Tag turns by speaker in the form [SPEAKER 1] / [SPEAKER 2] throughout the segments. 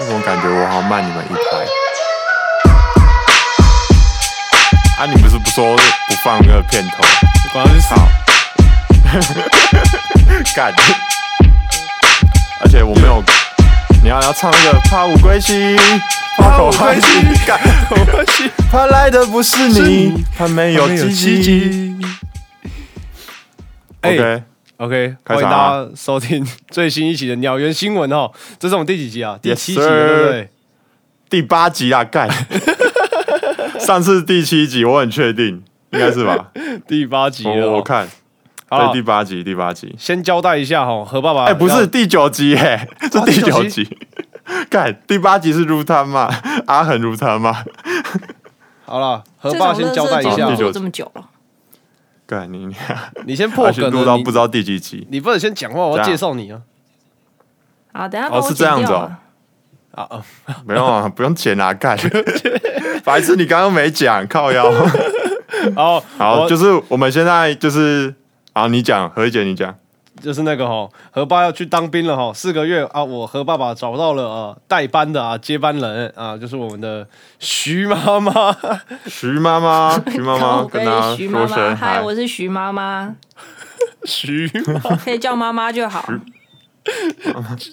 [SPEAKER 1] 为什么感觉我好像慢你们一拍？啊，你不是不说不放那个片头？
[SPEAKER 2] 管他去吵，
[SPEAKER 1] 干！而且我没有，你要要唱那个怕五归西，怕
[SPEAKER 2] 我
[SPEAKER 1] 狗欢喜，
[SPEAKER 2] 干
[SPEAKER 1] 干！
[SPEAKER 2] 我关系，
[SPEAKER 1] 怕来的不是
[SPEAKER 2] 是
[SPEAKER 1] 你
[SPEAKER 2] 你，
[SPEAKER 1] 怕没有
[SPEAKER 2] 有
[SPEAKER 1] 鸡
[SPEAKER 2] 鸡
[SPEAKER 1] 鸡。
[SPEAKER 2] 鸡。哎
[SPEAKER 1] OK，
[SPEAKER 2] OK，
[SPEAKER 1] 开
[SPEAKER 2] 欢
[SPEAKER 1] 始
[SPEAKER 2] 迎
[SPEAKER 1] 啊
[SPEAKER 2] 大家收听最新一期的鸟园新闻哦，这是我们第几集啊？第
[SPEAKER 1] Yes,
[SPEAKER 2] 七集了对不对？
[SPEAKER 1] 第八集啊，干！ 上次第七集我很确定，应该是 吧？
[SPEAKER 2] 第八集了
[SPEAKER 1] 我
[SPEAKER 2] 哦。
[SPEAKER 1] 我看，
[SPEAKER 2] 好了
[SPEAKER 1] 对，第八集，第八集。
[SPEAKER 2] 先交代一下哈，何爸爸
[SPEAKER 1] 哎、不是
[SPEAKER 2] 要
[SPEAKER 1] 第九集哎、是
[SPEAKER 2] 哦
[SPEAKER 1] 第
[SPEAKER 2] 第九
[SPEAKER 1] 九集。 看第八集是如他妈，阿恒如他妈。
[SPEAKER 2] 好了，何
[SPEAKER 3] 这
[SPEAKER 2] 爸
[SPEAKER 3] 种
[SPEAKER 2] 先
[SPEAKER 3] 乐
[SPEAKER 2] 交代
[SPEAKER 3] 色
[SPEAKER 2] 一
[SPEAKER 3] 节
[SPEAKER 2] 下
[SPEAKER 3] 目
[SPEAKER 1] 第
[SPEAKER 2] 哦，
[SPEAKER 1] 九
[SPEAKER 3] 做这么久了，
[SPEAKER 1] 干你娘！
[SPEAKER 2] 你先破
[SPEAKER 1] 而且
[SPEAKER 2] 梗
[SPEAKER 1] 录
[SPEAKER 2] 了，
[SPEAKER 1] 到
[SPEAKER 2] 你
[SPEAKER 1] 不知道第几集。
[SPEAKER 2] 你不能先讲话，我要介绍你啊
[SPEAKER 3] 好，等一下帮
[SPEAKER 1] 哦，
[SPEAKER 3] 我
[SPEAKER 1] 是
[SPEAKER 3] 剪
[SPEAKER 1] 这样子哦
[SPEAKER 3] 掉啊。。
[SPEAKER 2] 啊啊！
[SPEAKER 1] 不用啊，不用剪啊，干。 白痴，你刚刚没讲，靠腰。
[SPEAKER 2] 哦，
[SPEAKER 1] 好，
[SPEAKER 2] 我
[SPEAKER 1] 就是我们现在就是，好，你讲，何姐你讲。
[SPEAKER 2] 就是那个哈，何爸要去当兵了哈，四个月啊，我何爸爸找到了啊代班的啊接班人啊，就是我们的徐妈 妈。
[SPEAKER 1] 徐妈妈，徐妈妈
[SPEAKER 3] 靠
[SPEAKER 1] 跟
[SPEAKER 3] 背
[SPEAKER 1] 她
[SPEAKER 3] 徐妈
[SPEAKER 1] 说
[SPEAKER 3] 妈，
[SPEAKER 1] 声
[SPEAKER 3] 嗨，
[SPEAKER 1] 嗨。
[SPEAKER 3] 我是徐妈妈，
[SPEAKER 2] 徐
[SPEAKER 3] 可以叫妈妈就好。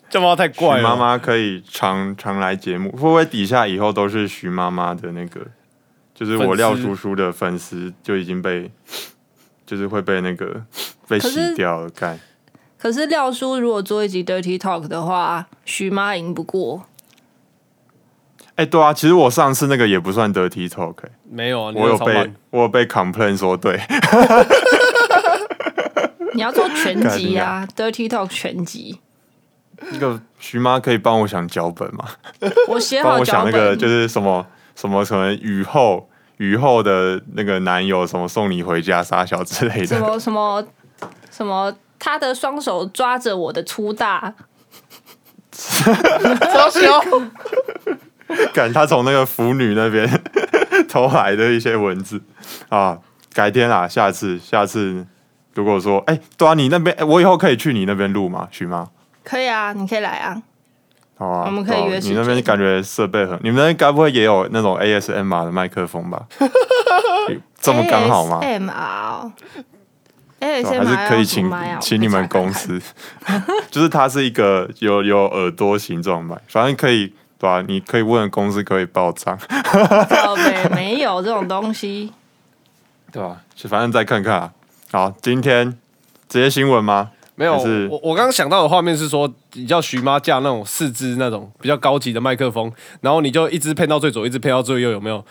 [SPEAKER 2] 这妈妈太怪哦
[SPEAKER 1] 徐
[SPEAKER 2] 了，
[SPEAKER 1] 妈妈可以常常来节目，会不会底下以后都是徐妈妈的那个？就是我
[SPEAKER 2] 粉丝
[SPEAKER 1] 廖叔叔的粉丝就已经 被，就是会被那个被
[SPEAKER 3] 可是
[SPEAKER 1] 洗掉了。看，
[SPEAKER 3] 可是廖叔如果做一集 Dirty Talk 的话，徐妈赢不过。
[SPEAKER 1] 哎、对啊，其实我上次那个也不算得 T talk，、欸、
[SPEAKER 2] 没有啊，你
[SPEAKER 1] 我有
[SPEAKER 2] 超
[SPEAKER 1] 被
[SPEAKER 2] 慢。
[SPEAKER 1] 我有被 complain 说 对，
[SPEAKER 3] 你要做全集
[SPEAKER 1] 干
[SPEAKER 3] 啊，Dirty Talk 全集，
[SPEAKER 1] 那个徐妈可以帮我想脚本吗？
[SPEAKER 3] 我写
[SPEAKER 1] 帮
[SPEAKER 3] 好
[SPEAKER 1] 我
[SPEAKER 3] 脚
[SPEAKER 1] 想那
[SPEAKER 3] 本。
[SPEAKER 1] 个就是什么什么什么雨后雨后的那个男友什么送你回家撒小之类
[SPEAKER 3] 什
[SPEAKER 1] 的，
[SPEAKER 3] 么什么什么，他的双手抓着我的粗大，
[SPEAKER 2] 超小，
[SPEAKER 1] 感他从那个腐女那边 偷来的一些文字啊，改天啦，下次下次如果说哎、对啊，你那边、哎我以后可以去你那边录吗？许吗？
[SPEAKER 3] 可以啊，你可以来啊。
[SPEAKER 1] 好啊，
[SPEAKER 3] 我们可以
[SPEAKER 1] 对啊
[SPEAKER 3] 约时
[SPEAKER 1] 你那边
[SPEAKER 3] 间
[SPEAKER 1] 感觉设备很，你们那边该不会也有那种 ASMR 的麦克风 吧？这么刚好吗？
[SPEAKER 3] m r
[SPEAKER 1] 对吧
[SPEAKER 3] s m
[SPEAKER 1] 还
[SPEAKER 3] r
[SPEAKER 1] 是可以请
[SPEAKER 3] 啊
[SPEAKER 1] 请你们公司， 就是它是一个有有耳朵形状麦，反正可以对吧、你可以问公司可以报账，
[SPEAKER 3] 靠北呃没有这种东西。
[SPEAKER 1] 对吧、就反正再看看啊。好，今天直接新闻吗？
[SPEAKER 2] 没有。
[SPEAKER 1] 还是
[SPEAKER 2] 我我刚刚想到的画面是说，你叫徐妈架那种四支那种比较高级的麦克风，然后你就一支配到最左，一支配到最右，有没有？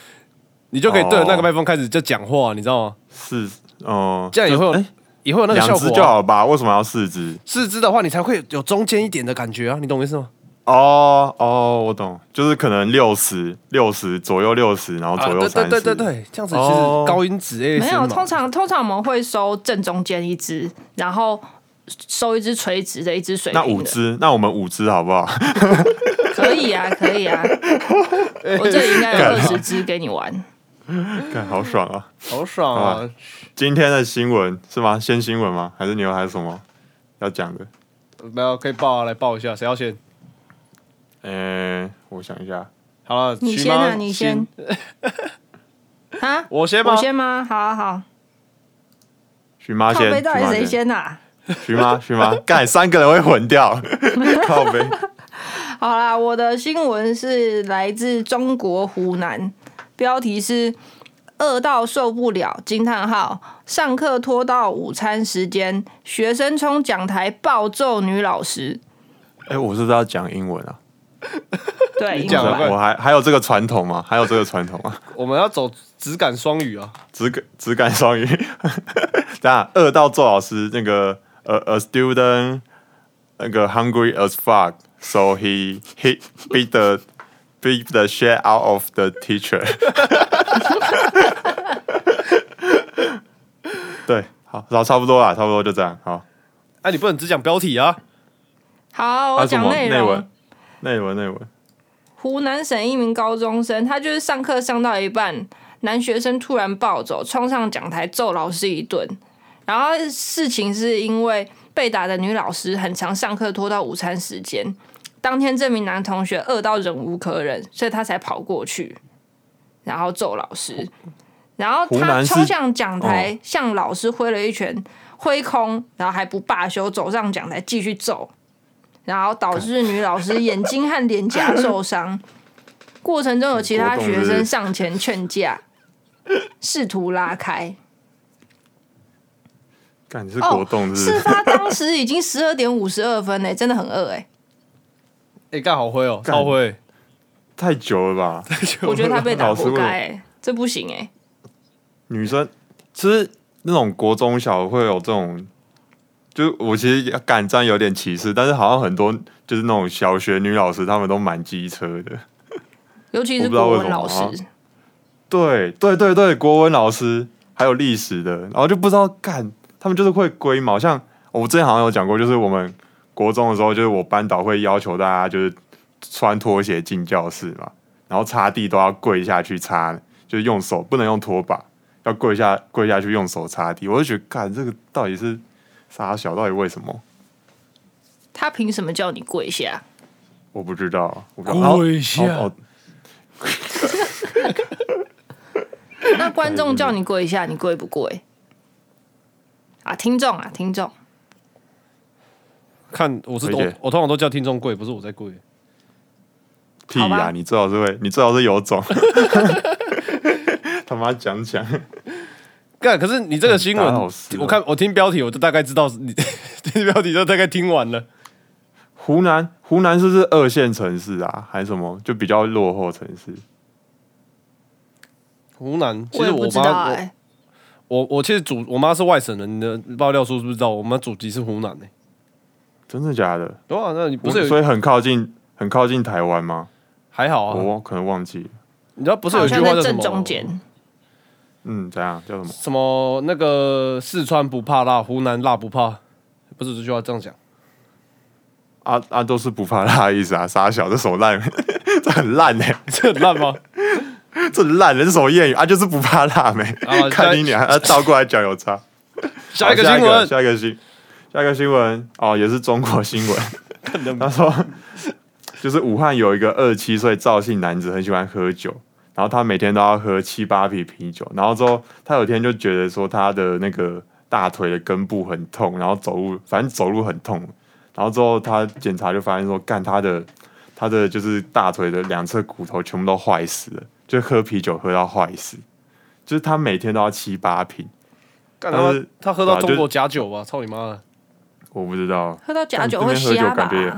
[SPEAKER 2] 你就可以对着
[SPEAKER 1] 哦
[SPEAKER 2] 那个麦克风开始就讲话，你知道吗？
[SPEAKER 1] 是哦，
[SPEAKER 2] 这样也会有
[SPEAKER 1] 就哎
[SPEAKER 2] 也会有那个
[SPEAKER 1] 两
[SPEAKER 2] 效
[SPEAKER 1] 只
[SPEAKER 2] 果
[SPEAKER 1] 就
[SPEAKER 2] 啊、
[SPEAKER 1] 好吧？为什么要四只？
[SPEAKER 2] 四支的话，你才会有中间一点的感觉啊，你懂我意思吗？
[SPEAKER 1] 哦哦，我懂，就是可能六十六十左右六十，然后左右
[SPEAKER 2] 啊对
[SPEAKER 1] 三
[SPEAKER 2] 对
[SPEAKER 1] 十、
[SPEAKER 2] 对对对，这样子其实
[SPEAKER 1] 哦
[SPEAKER 2] 高音质 A
[SPEAKER 3] 没有，通常通常我们会收正中间一只，然后收一只垂直的，一只水平
[SPEAKER 1] 那
[SPEAKER 3] 的。
[SPEAKER 1] 五只，那我们五只好不 好？
[SPEAKER 3] 可以啊，可 以啊。我这里应该有二十只给你玩。
[SPEAKER 1] 看好爽啊！
[SPEAKER 2] 好爽啊！
[SPEAKER 1] 今天的新闻是吗？先新闻吗？还是你有还有什么要讲的？
[SPEAKER 2] 没有可以报啊，来报一下，谁要先？
[SPEAKER 1] 嗯、我想一下，
[SPEAKER 2] 好了，
[SPEAKER 3] 你
[SPEAKER 2] 徐
[SPEAKER 3] 先
[SPEAKER 2] 妈
[SPEAKER 3] 啊，你先，。啊，
[SPEAKER 2] 我先吗
[SPEAKER 3] 我？先吗？好啊好，
[SPEAKER 1] 徐妈
[SPEAKER 3] 靠
[SPEAKER 1] 先，
[SPEAKER 3] 背
[SPEAKER 1] 徐
[SPEAKER 3] 到底
[SPEAKER 1] 妈
[SPEAKER 3] 谁？先啊？
[SPEAKER 1] 徐妈，徐妈，干三个人会混 掉，靠背。
[SPEAKER 3] 好啦，我的新闻是来自中国湖南，标题是“饿到受不了”惊叹号，上课拖到午餐时间，学生冲讲台暴揍女老师。
[SPEAKER 1] 哎、我是不是要讲英文啊？
[SPEAKER 3] 对，
[SPEAKER 2] 你讲
[SPEAKER 3] 英文
[SPEAKER 2] 吧
[SPEAKER 1] 我还还有这个传统吗？还有这个传统吗？
[SPEAKER 2] 我们要走质感双语啊！
[SPEAKER 1] 只敢只敢双语， 等下饿到周老师那个呃 a student 那个 hungry as fuck, so he he beat the beat the shit out of the teacher 。对，好，然后差不多啦，差不多就这样。好，
[SPEAKER 2] 哎，你不能只讲标题啊！
[SPEAKER 3] 好，
[SPEAKER 1] 还
[SPEAKER 3] 我
[SPEAKER 1] 啊有什
[SPEAKER 3] 讲
[SPEAKER 1] 么
[SPEAKER 3] 内
[SPEAKER 1] 内
[SPEAKER 3] 容
[SPEAKER 1] 文。？内文内文，
[SPEAKER 3] 湖南省一名高中生，他就是上课上到一半，男学生突然暴走，冲上讲台揍老师一顿。然后事情是因为被打的女老师很常上课拖到午餐时间，当天这名男同学饿到忍无可忍，所以他才跑过去，然后揍老师。然后
[SPEAKER 1] 湖
[SPEAKER 3] 他
[SPEAKER 1] 南是
[SPEAKER 3] 冲向讲台，向老师挥了一拳，挥空，然后还不罢休，走上讲台继续揍，然后导致女老师眼睛和脸颊受伤。 过程中有其他学生上前劝架，试图拉开。
[SPEAKER 1] 干你是
[SPEAKER 3] 哦
[SPEAKER 1] 国栋是不
[SPEAKER 3] 事
[SPEAKER 1] 是？
[SPEAKER 3] 发当时已经十二点五十二分嘞，真的很饿哎。
[SPEAKER 2] 哎，干好灰哦，
[SPEAKER 1] 干
[SPEAKER 2] 超灰。
[SPEAKER 1] 太久了吧？
[SPEAKER 3] 我觉得他被打
[SPEAKER 1] 老师
[SPEAKER 3] 活
[SPEAKER 1] 为
[SPEAKER 3] 该
[SPEAKER 1] 了
[SPEAKER 3] 欸，这不行哎。
[SPEAKER 1] 女生其实那种国中小会有这种，就是我其实也敢这样有点歧视，但是好像很多就是那种小学女老师，她们都蛮机车的。
[SPEAKER 3] 尤其是
[SPEAKER 1] 我不知道
[SPEAKER 3] 国
[SPEAKER 1] 为
[SPEAKER 3] 文
[SPEAKER 1] 什么
[SPEAKER 3] 老师
[SPEAKER 1] 啊，对对对对，国文老师还有历史的，然后就不知道干，他们就是会龟毛。像我之前好像有讲过，就是我们国中的时候，就是我班导会要求大家就是穿拖鞋进教室嘛，然后擦地都要跪下去擦，就是用手不能用拖把，要跪下跪下去用手擦地。我就觉得干这个到底是傻小，到底为什么？
[SPEAKER 3] 他凭什么叫你跪下？
[SPEAKER 1] 我不知道，我不知道
[SPEAKER 2] 跪下
[SPEAKER 1] 然后哦哦
[SPEAKER 3] 那观众叫你跪下，你跪不跪？啊，听众啊，听众，
[SPEAKER 2] 看我是
[SPEAKER 1] 回
[SPEAKER 2] 我
[SPEAKER 1] 姐
[SPEAKER 2] 我通常都叫听众跪，不是我在跪。
[SPEAKER 1] 屁
[SPEAKER 3] 好
[SPEAKER 1] 呀、
[SPEAKER 3] 吧
[SPEAKER 1] 你最好是会，你最好是有种， 他妈讲讲。
[SPEAKER 2] 干，可是你这个新闻
[SPEAKER 1] 打老师，哦
[SPEAKER 2] 我看我听标题，我就大概知道是 你听标题就大概听完了。
[SPEAKER 1] 湖南，湖南是不是二线城市啊？还是什么？就比较落后城市？
[SPEAKER 2] 湖南，其
[SPEAKER 3] 我
[SPEAKER 2] 实
[SPEAKER 3] 也不知道
[SPEAKER 2] 妈我
[SPEAKER 3] 哎、
[SPEAKER 2] 我我其实祖我妈是外省人，你的爆料叔是不是知道？我妈祖籍是湖南欸诶、
[SPEAKER 1] 真的假的？
[SPEAKER 2] 对啊，那你不
[SPEAKER 1] 我
[SPEAKER 2] 是有
[SPEAKER 1] 所以很靠近，很靠近台湾吗？
[SPEAKER 2] 还好啊？
[SPEAKER 1] 我忘可能忘记了。
[SPEAKER 2] 你知道不是有
[SPEAKER 3] 好
[SPEAKER 2] 一句
[SPEAKER 3] 像
[SPEAKER 2] 话
[SPEAKER 3] 在
[SPEAKER 2] 叫什
[SPEAKER 3] 正
[SPEAKER 2] 么？
[SPEAKER 3] 中间，
[SPEAKER 1] 嗯，怎样？叫什么？
[SPEAKER 2] 什么那个四川不怕辣，湖南辣不怕，不是这句话这样 讲。
[SPEAKER 1] 啊啊，都是不怕辣的意思啊！傻小，这什么烂？ 这很烂呢、
[SPEAKER 2] 这很烂吗？
[SPEAKER 1] 这很烂的、这什么谚语啊？就是不怕辣 没、
[SPEAKER 2] 啊
[SPEAKER 1] 看你俩，啊，倒过来讲有差。
[SPEAKER 2] 下一个
[SPEAKER 1] 好
[SPEAKER 2] 新闻，
[SPEAKER 1] 下一个新，下一个新闻哦，也是中国新闻。 他说，就是武汉有一个二十七岁赵姓男子很喜欢喝酒，然后他每天都要喝七八瓶啤酒，然后之后他有一天就觉得说他的那个大腿的根部很痛，然后走路反正走路很痛，然后之后他检查就发现说，干他的他的就是大腿的两侧骨头全部都坏死了，就喝啤酒喝到坏死，就是他每天都要七八瓶。
[SPEAKER 2] 干他
[SPEAKER 1] 但
[SPEAKER 2] 妈
[SPEAKER 1] 是
[SPEAKER 2] 他喝到
[SPEAKER 1] 对啊
[SPEAKER 2] 中国
[SPEAKER 1] 就
[SPEAKER 2] 假酒吧？操你妈的！
[SPEAKER 1] 我不知道，
[SPEAKER 3] 喝到假酒
[SPEAKER 1] 但
[SPEAKER 3] 会
[SPEAKER 1] 这边喝酒
[SPEAKER 3] 瞎吧
[SPEAKER 1] 感？觉也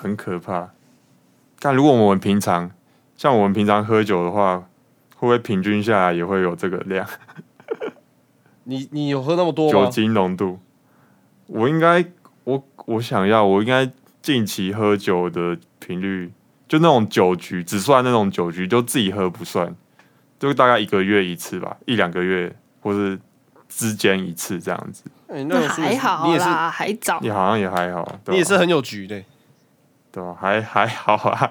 [SPEAKER 1] 很可怕。但如果我们平常像我们平常喝酒的话，会不会平均下来也会有这个量
[SPEAKER 2] 你你有喝那么多
[SPEAKER 1] 酒
[SPEAKER 2] 吗？
[SPEAKER 1] 精浓度？我应该，我我想要，我应该近期喝酒的频率，就那种酒局，只算那种酒局，就自己喝不算，就大概一个月一次吧，一两个月或是之间一次这样子，
[SPEAKER 2] 哎
[SPEAKER 3] 那
[SPEAKER 2] 那种叔
[SPEAKER 3] 还好
[SPEAKER 2] 你也是
[SPEAKER 1] 啊
[SPEAKER 3] 啦，还早
[SPEAKER 1] 也。好像也还好。对吧
[SPEAKER 2] 你也是很有局的、
[SPEAKER 1] 对吧？还还好啊，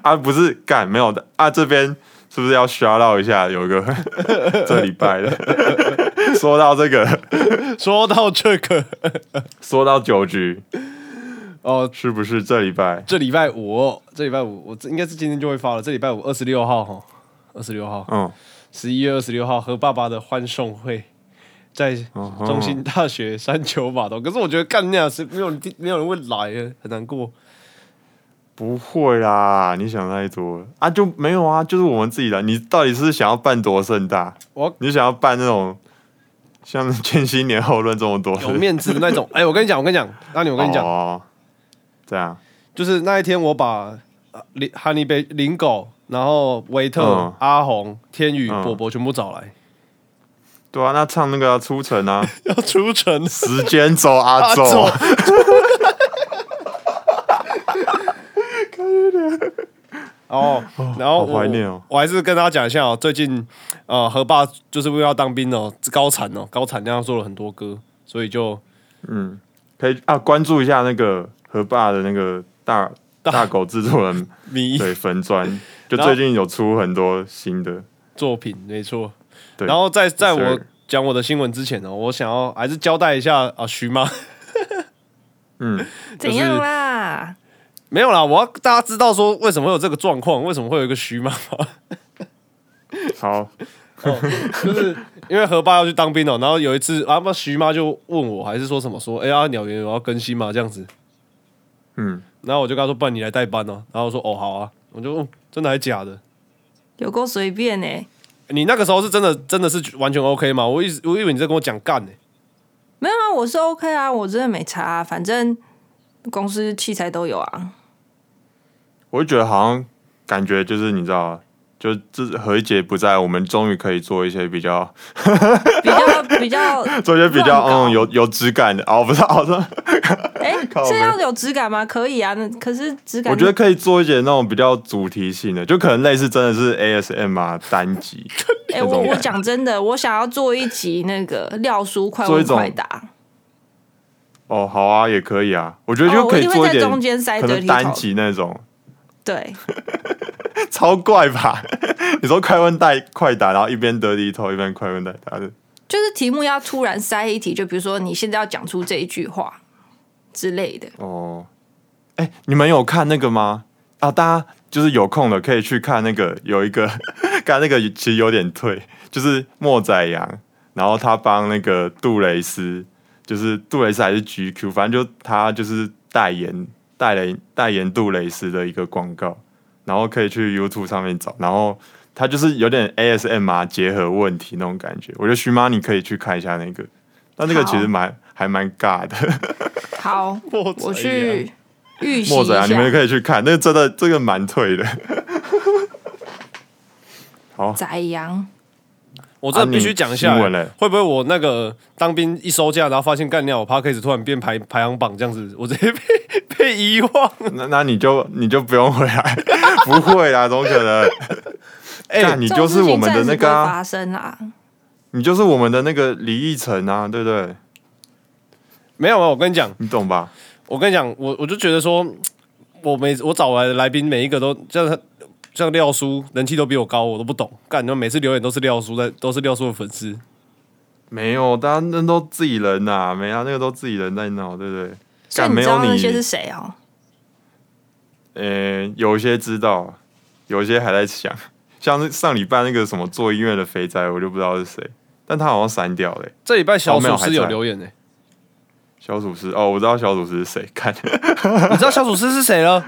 [SPEAKER 1] 啊不是干没有的啊，这边是不是要 shout out 一下？有一个 这礼拜的， 说到这个，
[SPEAKER 2] 说到这个，
[SPEAKER 1] 说到酒局，
[SPEAKER 2] 哦，
[SPEAKER 1] 是不是这礼拜
[SPEAKER 2] 这礼拜五，这礼拜五，我这应该是今天就会发了。这礼拜五二十六号哈，二十六号，
[SPEAKER 1] 嗯
[SPEAKER 2] 十一月二十六号和爸爸的欢送会，在
[SPEAKER 1] 嗯哼
[SPEAKER 2] 中心大学三九码头。可是我觉得干那样是没有人没有人会来耶，很难过。
[SPEAKER 1] 不会啦，你想太多了啊，就没有啊，就是我们自己来。你到底是想要办多盛大？
[SPEAKER 2] 我
[SPEAKER 1] 你想要办那种像 千禧年后论这么多的？
[SPEAKER 2] 有面子的那种。哎、我跟你讲，我跟你讲，那你我
[SPEAKER 1] 我
[SPEAKER 2] 跟你讲，
[SPEAKER 1] 哦，这样
[SPEAKER 2] 就是那一天我把呃林哈尼贝林狗，然后维特、
[SPEAKER 1] 嗯
[SPEAKER 2] 阿红、天宇、
[SPEAKER 1] 嗯
[SPEAKER 2] 伯伯全部找来，
[SPEAKER 1] 对啊，那唱那个啊出城啊，
[SPEAKER 2] 要出城。
[SPEAKER 1] 时间走 阿走。
[SPEAKER 2] 啊走哦，然后
[SPEAKER 1] 好
[SPEAKER 2] 我
[SPEAKER 1] 怀念哦
[SPEAKER 2] 我还是跟大家讲一下哦，最近呃，何爸就是为了要当兵哦，高产哦，高产量做了很多歌，所以就
[SPEAKER 1] 嗯，可以啊，关注一下那个河爸的那个大大狗制作 人
[SPEAKER 2] 迷
[SPEAKER 1] 对粉砖，就
[SPEAKER 2] 然后
[SPEAKER 1] 最近有出很多新的，
[SPEAKER 2] 作品，没错。
[SPEAKER 1] 对，
[SPEAKER 2] 然后在在我
[SPEAKER 1] Sir
[SPEAKER 2] 讲我的新闻之前呢、我想要还是交代一下啊，徐妈
[SPEAKER 1] 嗯，
[SPEAKER 3] 怎样啦？
[SPEAKER 2] 没有啦，我要大家知道说为什么会有这个状况，为什么会有一个徐妈妈，
[SPEAKER 1] 好，
[SPEAKER 2] 就是因为何爸要去当兵了、然后有一次啊，不徐妈就问我，还是说什么说，哎、呀、鸟园有要更新嘛这样子，
[SPEAKER 1] 嗯，
[SPEAKER 2] 然后我就跟他说，不然你来代班哦、然后我说哦好啊，我就、嗯、真的还假的？
[SPEAKER 3] 有够随便哎、
[SPEAKER 2] 你那个时候是真的真的是完全 OK 吗？我一直我以为你在跟我讲 干呢、
[SPEAKER 3] 没有啊，我是 OK 啊，我真的没差、啊，反正公司器材都有啊。
[SPEAKER 1] 我就觉得好像感觉就是你知道，啊就这和解不在，我们终于可以做一些比 较
[SPEAKER 3] 比较比较，
[SPEAKER 1] 做一些比较
[SPEAKER 3] 乱搞
[SPEAKER 1] 嗯有有质感的哦，不是哦，不是
[SPEAKER 3] 哎、
[SPEAKER 1] 靠
[SPEAKER 3] 这
[SPEAKER 1] 北
[SPEAKER 3] 样有质感吗？可以啊，那可是质感，
[SPEAKER 1] 我觉得可以做一点那种比较主题性的，就可能类似真的是 ASM 啊单集
[SPEAKER 3] 哎、
[SPEAKER 1] 那
[SPEAKER 3] 我
[SPEAKER 1] 种
[SPEAKER 3] 我讲真的，我想要做一集那个廖叔快
[SPEAKER 1] 做一
[SPEAKER 3] 问
[SPEAKER 1] 种
[SPEAKER 3] 快答，
[SPEAKER 1] 哦，好啊，也可以啊，我觉得
[SPEAKER 3] 哦
[SPEAKER 1] 就可以
[SPEAKER 3] 我一定会
[SPEAKER 1] 做一
[SPEAKER 3] 在
[SPEAKER 1] 点
[SPEAKER 3] 中间塞
[SPEAKER 1] 可
[SPEAKER 3] 得
[SPEAKER 1] 能
[SPEAKER 3] 里
[SPEAKER 1] 单
[SPEAKER 3] 头
[SPEAKER 1] 集那种，
[SPEAKER 3] 对，
[SPEAKER 1] 超怪吧？ 你说快问带快答，然后一边得离头一边快问带答的，
[SPEAKER 3] 就是题目要突然塞一题，就比如说你现在要讲出这一句话之类的。
[SPEAKER 1] 哦，哎，你们有看那个吗？啊，大家就是有空的可以去看那个，有一个， 看那个其实有点退，就是莫宰阳，然后他帮那个杜蕾斯，就是杜蕾斯还是 GQ，反正就他就是代言代言代言杜蕾斯的一个广告，然后可以去 YouTube 上面找，然后他就是有点 ASM 啊结合问题那种感觉，我觉得徐妈你可以去看一下那个，但那个其实
[SPEAKER 3] 好
[SPEAKER 1] 蛮还蛮尬的。
[SPEAKER 3] 好，
[SPEAKER 2] 莫宰
[SPEAKER 3] 我
[SPEAKER 2] 阳
[SPEAKER 3] 去预习
[SPEAKER 1] 莫
[SPEAKER 3] 一
[SPEAKER 1] 仔
[SPEAKER 3] 下。
[SPEAKER 1] 啊，你们可以去看，那个真的这个蛮退的。 好，
[SPEAKER 3] 宰羊，
[SPEAKER 2] 我真的必须讲一下、
[SPEAKER 1] 啊你新闻嘞
[SPEAKER 2] 会不会我那个当兵一收假，然后发现干掉我 p a c k a g e 突然变排排行榜这样子，我直接被被遗 忘。
[SPEAKER 1] 那那你就你就不用回来， 不会啦，怎么可 能？
[SPEAKER 2] 哎、
[SPEAKER 1] 干你
[SPEAKER 3] 这
[SPEAKER 1] 就
[SPEAKER 3] 种
[SPEAKER 1] 是
[SPEAKER 3] 事
[SPEAKER 1] 我
[SPEAKER 3] 情
[SPEAKER 1] 们
[SPEAKER 3] 暂
[SPEAKER 1] 的
[SPEAKER 3] 时
[SPEAKER 1] 那
[SPEAKER 3] 不
[SPEAKER 1] 个、
[SPEAKER 3] 会
[SPEAKER 1] 啊，
[SPEAKER 3] 发生啦。
[SPEAKER 1] 你就是我们的那个李义成啊，对不对？
[SPEAKER 2] 没有没有，啊我跟你讲，
[SPEAKER 1] 你懂吧？
[SPEAKER 2] 我跟你讲，我我就觉得说，我每我找来的来宾每一个都像他像廖叔人气都比我高，我都不懂。干，你们每次留言都是廖叔在，都是廖叔的粉丝。
[SPEAKER 1] 没有，大家那都自己人呐、没啊，那个都自己人在闹，对不对？
[SPEAKER 3] 所以
[SPEAKER 1] 干
[SPEAKER 3] 你
[SPEAKER 1] 没
[SPEAKER 3] 知
[SPEAKER 1] 有
[SPEAKER 3] 道那些是
[SPEAKER 1] 你，
[SPEAKER 3] 谁哦？
[SPEAKER 1] 呃，有些知道，有些还在想，像是上礼拜那个什么做音乐的肥仔，我就不知道是谁，但他好像删掉了欸、
[SPEAKER 2] 这礼拜小
[SPEAKER 1] 哦没有
[SPEAKER 2] 鼠师
[SPEAKER 1] 还
[SPEAKER 2] 有
[SPEAKER 1] 在
[SPEAKER 2] 留言呢、
[SPEAKER 1] 小鼠师哦，我知道小鼠师是谁，看
[SPEAKER 2] 你知道小鼠师是 谁了？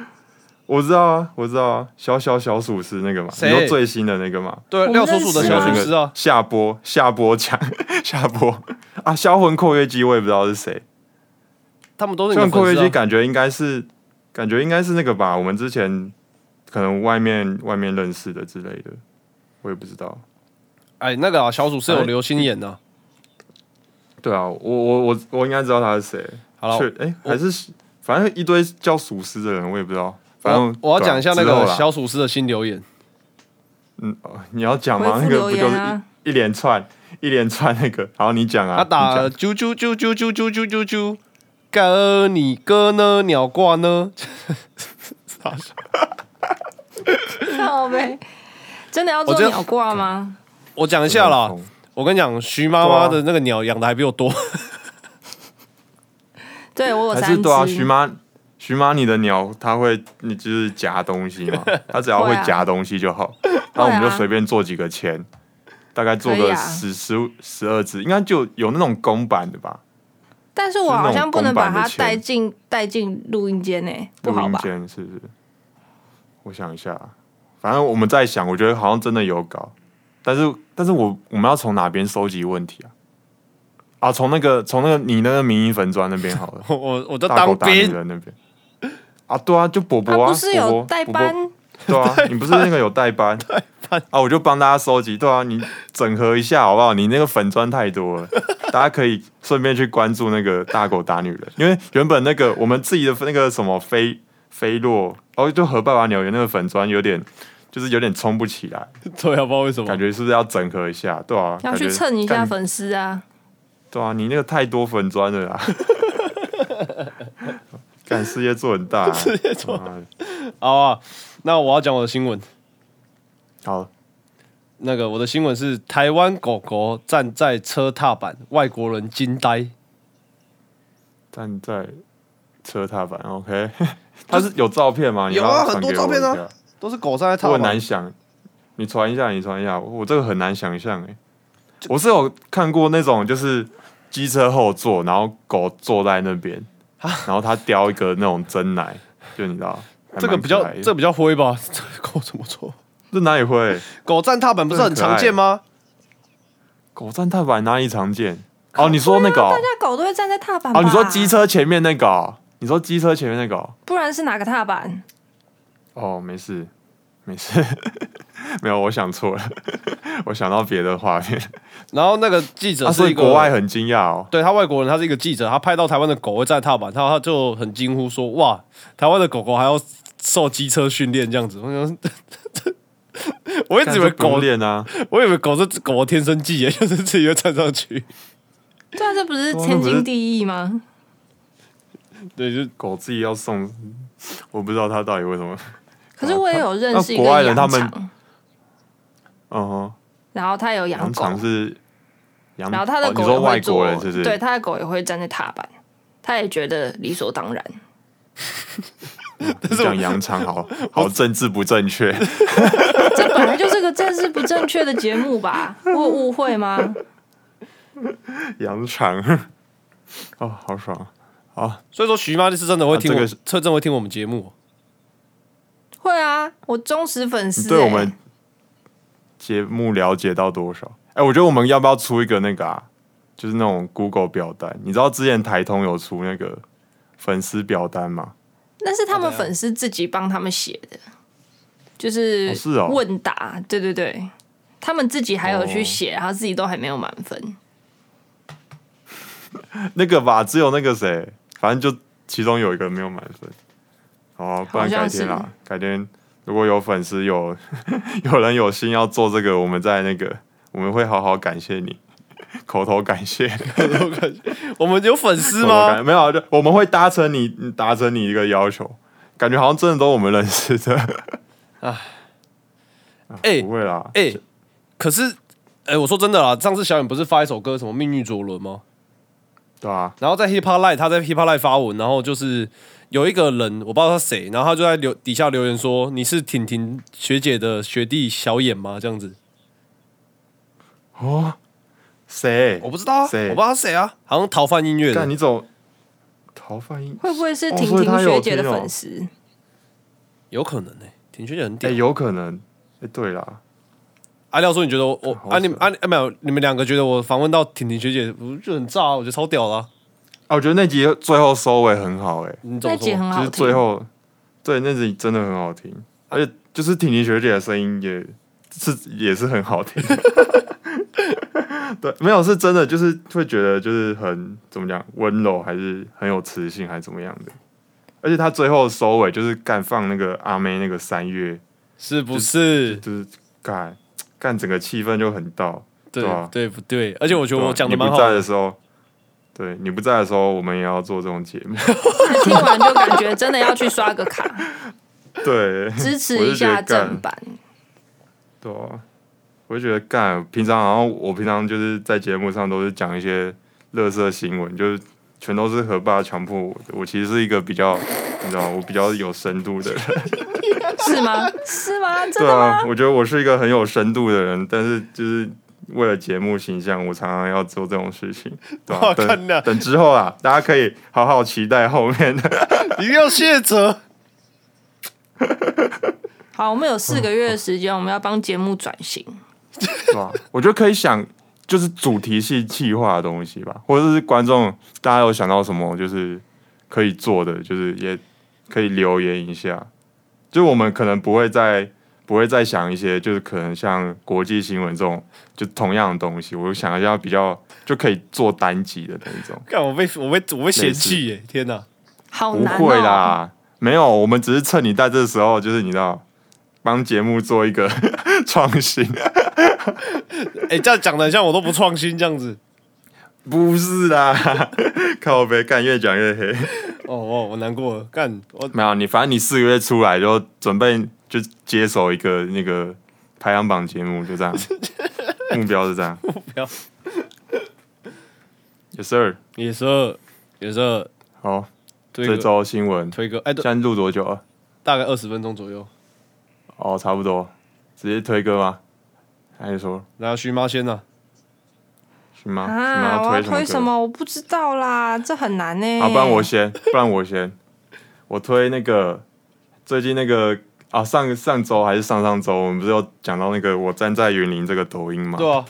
[SPEAKER 1] 我知道啊，我知道啊，小小小鼠师那个嘛，
[SPEAKER 2] 谁
[SPEAKER 1] 你说最新的那个嘛，
[SPEAKER 2] 对，
[SPEAKER 3] 我们
[SPEAKER 2] 廖叔叔的
[SPEAKER 3] 认识
[SPEAKER 2] 小
[SPEAKER 3] 啊
[SPEAKER 2] 鼠
[SPEAKER 1] 那
[SPEAKER 2] 师啊
[SPEAKER 1] 个。下播下播 抢下播啊，销魂括约肌我也不知道是谁，
[SPEAKER 2] 他们都是
[SPEAKER 1] 销魂
[SPEAKER 2] 你的
[SPEAKER 1] 括约
[SPEAKER 2] 粉丝、
[SPEAKER 1] 肌
[SPEAKER 2] 啊。
[SPEAKER 1] 感觉应该是感觉应该是那个吧，我们之前可能外面外面认识的之类的，我也不知道。
[SPEAKER 2] 哎，那个啊，小鼠是有刘心眼的、啊。
[SPEAKER 1] 对啊，我我我我应该知道他是谁，
[SPEAKER 2] 好了
[SPEAKER 1] 确，哎、还是反正一堆叫鼠师的人，我也不知道。反正
[SPEAKER 2] 我我要
[SPEAKER 1] 对啊
[SPEAKER 2] 讲一下那
[SPEAKER 1] 之后
[SPEAKER 2] 个
[SPEAKER 1] 啦
[SPEAKER 2] 小鼠师的新留言。
[SPEAKER 1] 嗯，哦你要讲吗？
[SPEAKER 3] 回
[SPEAKER 1] 那
[SPEAKER 3] 复
[SPEAKER 1] 个不
[SPEAKER 3] 留
[SPEAKER 1] 就是
[SPEAKER 3] 言啊
[SPEAKER 1] 一一连串 一连串那个？好，你讲啊。
[SPEAKER 2] 他打
[SPEAKER 1] 你讲
[SPEAKER 2] 啾啾啾啾啾啾啾啾啾，哥你哥呢？鸟挂呢？
[SPEAKER 3] 靠呗，真的要
[SPEAKER 2] 我
[SPEAKER 3] 做
[SPEAKER 2] 这
[SPEAKER 3] 鸟挂吗？
[SPEAKER 2] 我讲一下啦
[SPEAKER 1] 这个很疯。
[SPEAKER 2] 我跟你讲，徐妈妈的那个鸟养的还比我多。
[SPEAKER 3] 对我有
[SPEAKER 1] 还是
[SPEAKER 3] 三
[SPEAKER 1] 对啊，徐
[SPEAKER 3] 只，
[SPEAKER 1] 妈，徐妈，你的鸟它会，你就是夹东西 嘛，它只要会
[SPEAKER 3] 会啊
[SPEAKER 1] 夹东西就好。然后我们就随便做几个签，大概做
[SPEAKER 3] 啊可以
[SPEAKER 1] 个
[SPEAKER 3] 啊
[SPEAKER 1] 十十十二只，应该就有那种公版的吧？
[SPEAKER 3] 但是我好像不能把它
[SPEAKER 1] 是那种公版的
[SPEAKER 3] 带
[SPEAKER 1] 钱
[SPEAKER 3] 进带进录音间呢、欸不
[SPEAKER 1] 录
[SPEAKER 3] 好
[SPEAKER 1] 音
[SPEAKER 3] 吧？
[SPEAKER 1] 间是不是？我想一下，啊反正我们在想，我觉得好像真的有搞，但是但是我我们要从哪边收集问题啊？啊，从那个从那个你那个民营粉砖那边好了
[SPEAKER 2] ，我我我在
[SPEAKER 1] 大狗
[SPEAKER 2] 当
[SPEAKER 1] 打女
[SPEAKER 2] 兵，
[SPEAKER 1] 人那边。啊，对啊，就伯伯
[SPEAKER 3] 他
[SPEAKER 1] 啊，
[SPEAKER 3] 不是有
[SPEAKER 1] 伯伯
[SPEAKER 3] 代
[SPEAKER 1] 伯伯
[SPEAKER 3] 班，
[SPEAKER 1] 对啊，你不是那个有代班？啊，我就帮大家收集，对啊，你整合一下好不好？你那个粉砖太多了，大家可以顺便去关注那个大狗打女人，因为原本那个我们自己的那个什么飞飞落，哦，就和爸爸纽约那个粉砖有点，就是有点冲不起来，
[SPEAKER 2] 对啊，不知道为什么
[SPEAKER 1] 感。觉是不是要整合一下？对啊，
[SPEAKER 3] 要
[SPEAKER 1] 感
[SPEAKER 3] 去
[SPEAKER 1] 觉
[SPEAKER 3] 蹭一下
[SPEAKER 1] 干
[SPEAKER 3] 粉丝啊。
[SPEAKER 1] 对啊，你那个太多粉砖了啦。干事业做很大、啊，事业做
[SPEAKER 2] 好啊，那我要讲我的新闻。
[SPEAKER 1] 好，
[SPEAKER 2] 那个我的新闻是台湾狗狗站在车踏板，外国人惊呆。
[SPEAKER 1] 站在车踏板，OK？它 是有照片吗？你
[SPEAKER 2] 有
[SPEAKER 1] 要
[SPEAKER 2] 啊，
[SPEAKER 1] 传
[SPEAKER 2] 很多
[SPEAKER 1] 给
[SPEAKER 2] 照
[SPEAKER 1] 我
[SPEAKER 2] 片
[SPEAKER 1] 一下
[SPEAKER 2] 啊，都是狗站在
[SPEAKER 1] 我
[SPEAKER 2] 踏
[SPEAKER 1] 很难
[SPEAKER 2] 板。
[SPEAKER 1] 想，你传一下，你传一下，我这个很难想象哎、我是有看过那种，就是机车后座，然后狗坐在那边，然后它叼一个那种真奶，就你知道，还
[SPEAKER 2] 这个
[SPEAKER 1] 蛮
[SPEAKER 2] 比
[SPEAKER 1] 可
[SPEAKER 2] 较
[SPEAKER 1] 爱的
[SPEAKER 2] 这个比较灰吧？这狗怎么做？
[SPEAKER 1] 这哪里会？
[SPEAKER 2] 狗站踏板不是很常见吗？
[SPEAKER 1] 狗站踏板哪里常见？
[SPEAKER 2] 啊
[SPEAKER 1] 哦，你说那个哦
[SPEAKER 3] 大，家狗都会站在踏板吧。
[SPEAKER 1] 哦你说机，车前面那个哦，你说机车前面那个哦，
[SPEAKER 3] 不然是哪个踏板？
[SPEAKER 1] 哦，没事，没事， 没有，我想错了，我想到别的画面。
[SPEAKER 2] 然后那个记者
[SPEAKER 1] 啊，所
[SPEAKER 2] 是
[SPEAKER 1] 以
[SPEAKER 2] 一个
[SPEAKER 1] 国外很惊讶哦，
[SPEAKER 2] 对他外国人，他是一个记者，他拍到台湾的狗会站踏板，他他就很惊呼说：“哇，台湾的狗狗还要受机车训练这样子。”我想说， 我一直以为
[SPEAKER 1] 这不
[SPEAKER 2] 狗，
[SPEAKER 1] 练啊，
[SPEAKER 2] 我以为狗是狗的天生技耶，就是自己会站 上去。
[SPEAKER 3] 对啊，这不是天经地义吗？
[SPEAKER 2] 对，就
[SPEAKER 1] 狗自己要送，我不知道他到底为什么。
[SPEAKER 3] 可是我也有认识一个
[SPEAKER 1] 那国外人
[SPEAKER 3] 羊
[SPEAKER 1] 他们
[SPEAKER 3] 场，
[SPEAKER 1] 嗯哼，
[SPEAKER 3] 然后他有养
[SPEAKER 1] 羊
[SPEAKER 3] 狗，
[SPEAKER 1] 场是羊，
[SPEAKER 3] 然后他的
[SPEAKER 1] 哦你
[SPEAKER 3] 狗也
[SPEAKER 1] 说
[SPEAKER 3] 会
[SPEAKER 1] 外
[SPEAKER 3] 坐，
[SPEAKER 1] 国人是不是？
[SPEAKER 3] 对，，他的狗也会站在踏板，他也觉得理所当然。
[SPEAKER 1] 讲羊场 好好政治不正确，
[SPEAKER 3] 这本来就是个政治不正确的节目吧？我有误会吗？
[SPEAKER 1] 羊场， 哦，好爽，好，
[SPEAKER 2] 所以说徐妈就是真的会听我，
[SPEAKER 1] 啊这个
[SPEAKER 2] 们，
[SPEAKER 1] 是
[SPEAKER 2] 车真的会听我们节目。
[SPEAKER 3] 会啊，我忠实粉丝、
[SPEAKER 1] 你
[SPEAKER 3] 欸。
[SPEAKER 1] 对我们节目了解到多少？哎，我觉得我们要不要出一个那个啊，就是那种 Google 表单？你知道之前台通有出那个粉丝表单吗？
[SPEAKER 3] 那是他们粉丝自己帮他们写的，就是
[SPEAKER 1] 哦是哦
[SPEAKER 3] 问答，对对对，他们自己还有去
[SPEAKER 1] 哦
[SPEAKER 3] 写，然后自己都还没有满分。
[SPEAKER 1] 那个吧，只有那个谁，反正就其中有一个没有满分。好啊、不然
[SPEAKER 3] 好像
[SPEAKER 1] 改天啦，改天如果有粉丝有 有人有心要做这个，我们在那个我们会好好感谢你，口头感谢，口
[SPEAKER 2] 我感觉我们有粉丝
[SPEAKER 1] 头
[SPEAKER 2] 吗？
[SPEAKER 1] 感没有啊，就我们会达成你达成你一个要求，感觉好像真的都我们认识 的，
[SPEAKER 2] 哎
[SPEAKER 1] 不会啦，
[SPEAKER 2] 哎、可是哎、我说真的啦，上次小远不是发一首歌什么《命运左轮》吗？
[SPEAKER 1] 对啊，
[SPEAKER 2] 然后在 Hip Hop Live，他在 Hip Hop Live 发文，然后就是有一个人，我不知道他谁，然后他就在留底下留言说：“你是婷婷学姐的学弟小眼吗？”这样子，
[SPEAKER 1] 哦，谁？
[SPEAKER 2] 我不知道啊，
[SPEAKER 1] 谁
[SPEAKER 2] 我不知道他谁啊，好像逃犯音乐的
[SPEAKER 1] 干，你走逃犯音，
[SPEAKER 3] 会不会是
[SPEAKER 1] 哦
[SPEAKER 3] 婷
[SPEAKER 1] 所以
[SPEAKER 3] 婷
[SPEAKER 1] 他有
[SPEAKER 3] 学姐的
[SPEAKER 1] 听哦
[SPEAKER 3] 粉丝？
[SPEAKER 2] 有可能呢、婷婷学姐很
[SPEAKER 1] 哎、
[SPEAKER 2] 屌。
[SPEAKER 1] 有可能，哎、对啦，
[SPEAKER 2] 阿廖说：“你觉得我我
[SPEAKER 1] 好
[SPEAKER 2] 啊你
[SPEAKER 1] 扯
[SPEAKER 2] 啊你啊没有你们两个觉得我访问到婷婷学姐不就很炸、啊？我觉得超屌啦、
[SPEAKER 1] 啊，我觉得那集最后收尾很好、哎。
[SPEAKER 2] 你怎么
[SPEAKER 3] 那集很
[SPEAKER 2] 说？
[SPEAKER 1] 就
[SPEAKER 3] 好
[SPEAKER 1] 是
[SPEAKER 3] 听，
[SPEAKER 1] 最后，对，那集真的很好听，而且就是婷婷学姐的声音也是也是很好听。 对，没有是真的，就是会觉得就是很怎么讲温柔，还是很有磁性，还是怎么样的。而且他最后收尾就是干放那个阿妹那个三月，
[SPEAKER 2] 是不是？
[SPEAKER 1] 就是干干整个气氛就很到。
[SPEAKER 2] 对
[SPEAKER 1] 对啊
[SPEAKER 2] 对不对？而且我觉
[SPEAKER 1] 对
[SPEAKER 2] 得
[SPEAKER 1] 吧
[SPEAKER 2] 我讲的
[SPEAKER 1] 你
[SPEAKER 2] 蛮
[SPEAKER 1] 不
[SPEAKER 2] 好
[SPEAKER 1] 在
[SPEAKER 2] 的
[SPEAKER 1] 的。时候，对你不在的时候，我们也要做这种节目。
[SPEAKER 3] 听完就感觉真的要去刷个卡，
[SPEAKER 1] 对，
[SPEAKER 3] 支持
[SPEAKER 1] 我就
[SPEAKER 3] 一下
[SPEAKER 1] 觉得干
[SPEAKER 3] 正版。
[SPEAKER 1] 对啊，我就觉得干，平常好像我平常就是在节目上都是讲一些乐色新闻，就是全都是何爸强迫我的。我其实是一个比较，你知道，我比较有深度的人。
[SPEAKER 3] 是吗？是吗？真
[SPEAKER 1] 对
[SPEAKER 3] 的吗？
[SPEAKER 1] 啊，我觉得我是一个很有深度的人，但是就是为了节目形象，我常常要做这种事情。对啊
[SPEAKER 2] 哇，看哪
[SPEAKER 1] 等等之后啊，大家可以好好期待后面的。
[SPEAKER 2] 一定要谢哲，
[SPEAKER 3] 好，我们有四个月的时间，我们要帮节目转型。
[SPEAKER 1] 对吧？ 我觉得可以想就是主题系企划的东西吧，或者是观众大家有想到什么就是可以做的，就是也可以留言一下。就我们可能不会再不会再想一些就是可能像国际新闻这种就同样的东西，我想一下比较就可以做单集的那一种。
[SPEAKER 2] 看我被我被我被嫌弃耶！天哪，
[SPEAKER 3] 好
[SPEAKER 1] 不
[SPEAKER 3] 难哦、
[SPEAKER 1] 会啦，没有，我们只是趁你在这时候，就是你知道帮节目做一个 创新。
[SPEAKER 2] 哎、这样讲的像我都不创新这样子。
[SPEAKER 1] 不是啦， 靠背干越讲越黑。
[SPEAKER 2] 哦哦，我难过了，干我
[SPEAKER 1] 没有你，反正你四个月出来就准备就接手一个那个排行榜节目，就 这样，目标是这样。目
[SPEAKER 2] 标。
[SPEAKER 1] Yes sir，
[SPEAKER 2] 也是也是，
[SPEAKER 1] 好，
[SPEAKER 2] 推
[SPEAKER 1] 这
[SPEAKER 2] 个
[SPEAKER 1] 周新闻，
[SPEAKER 2] 推个，
[SPEAKER 1] 现
[SPEAKER 2] 哎，对
[SPEAKER 1] 在录多久了？
[SPEAKER 2] 大概二十分钟左右。
[SPEAKER 1] 哦，差不多，直接推歌吗？还是说
[SPEAKER 2] 然后徐妈先啊呢？
[SPEAKER 1] 什么？什
[SPEAKER 3] 啊，我
[SPEAKER 1] 么
[SPEAKER 3] 要
[SPEAKER 1] 要推
[SPEAKER 3] 推
[SPEAKER 1] 什
[SPEAKER 3] 什
[SPEAKER 1] 么
[SPEAKER 3] 么？我不知道啦，这很难呢、欸
[SPEAKER 1] 歌？啊，不然我先，不然我先，我推那个最近那个啊，上上周还是上上周，我们不是有讲到那个我站在云林这个抖音吗？
[SPEAKER 2] 对啊，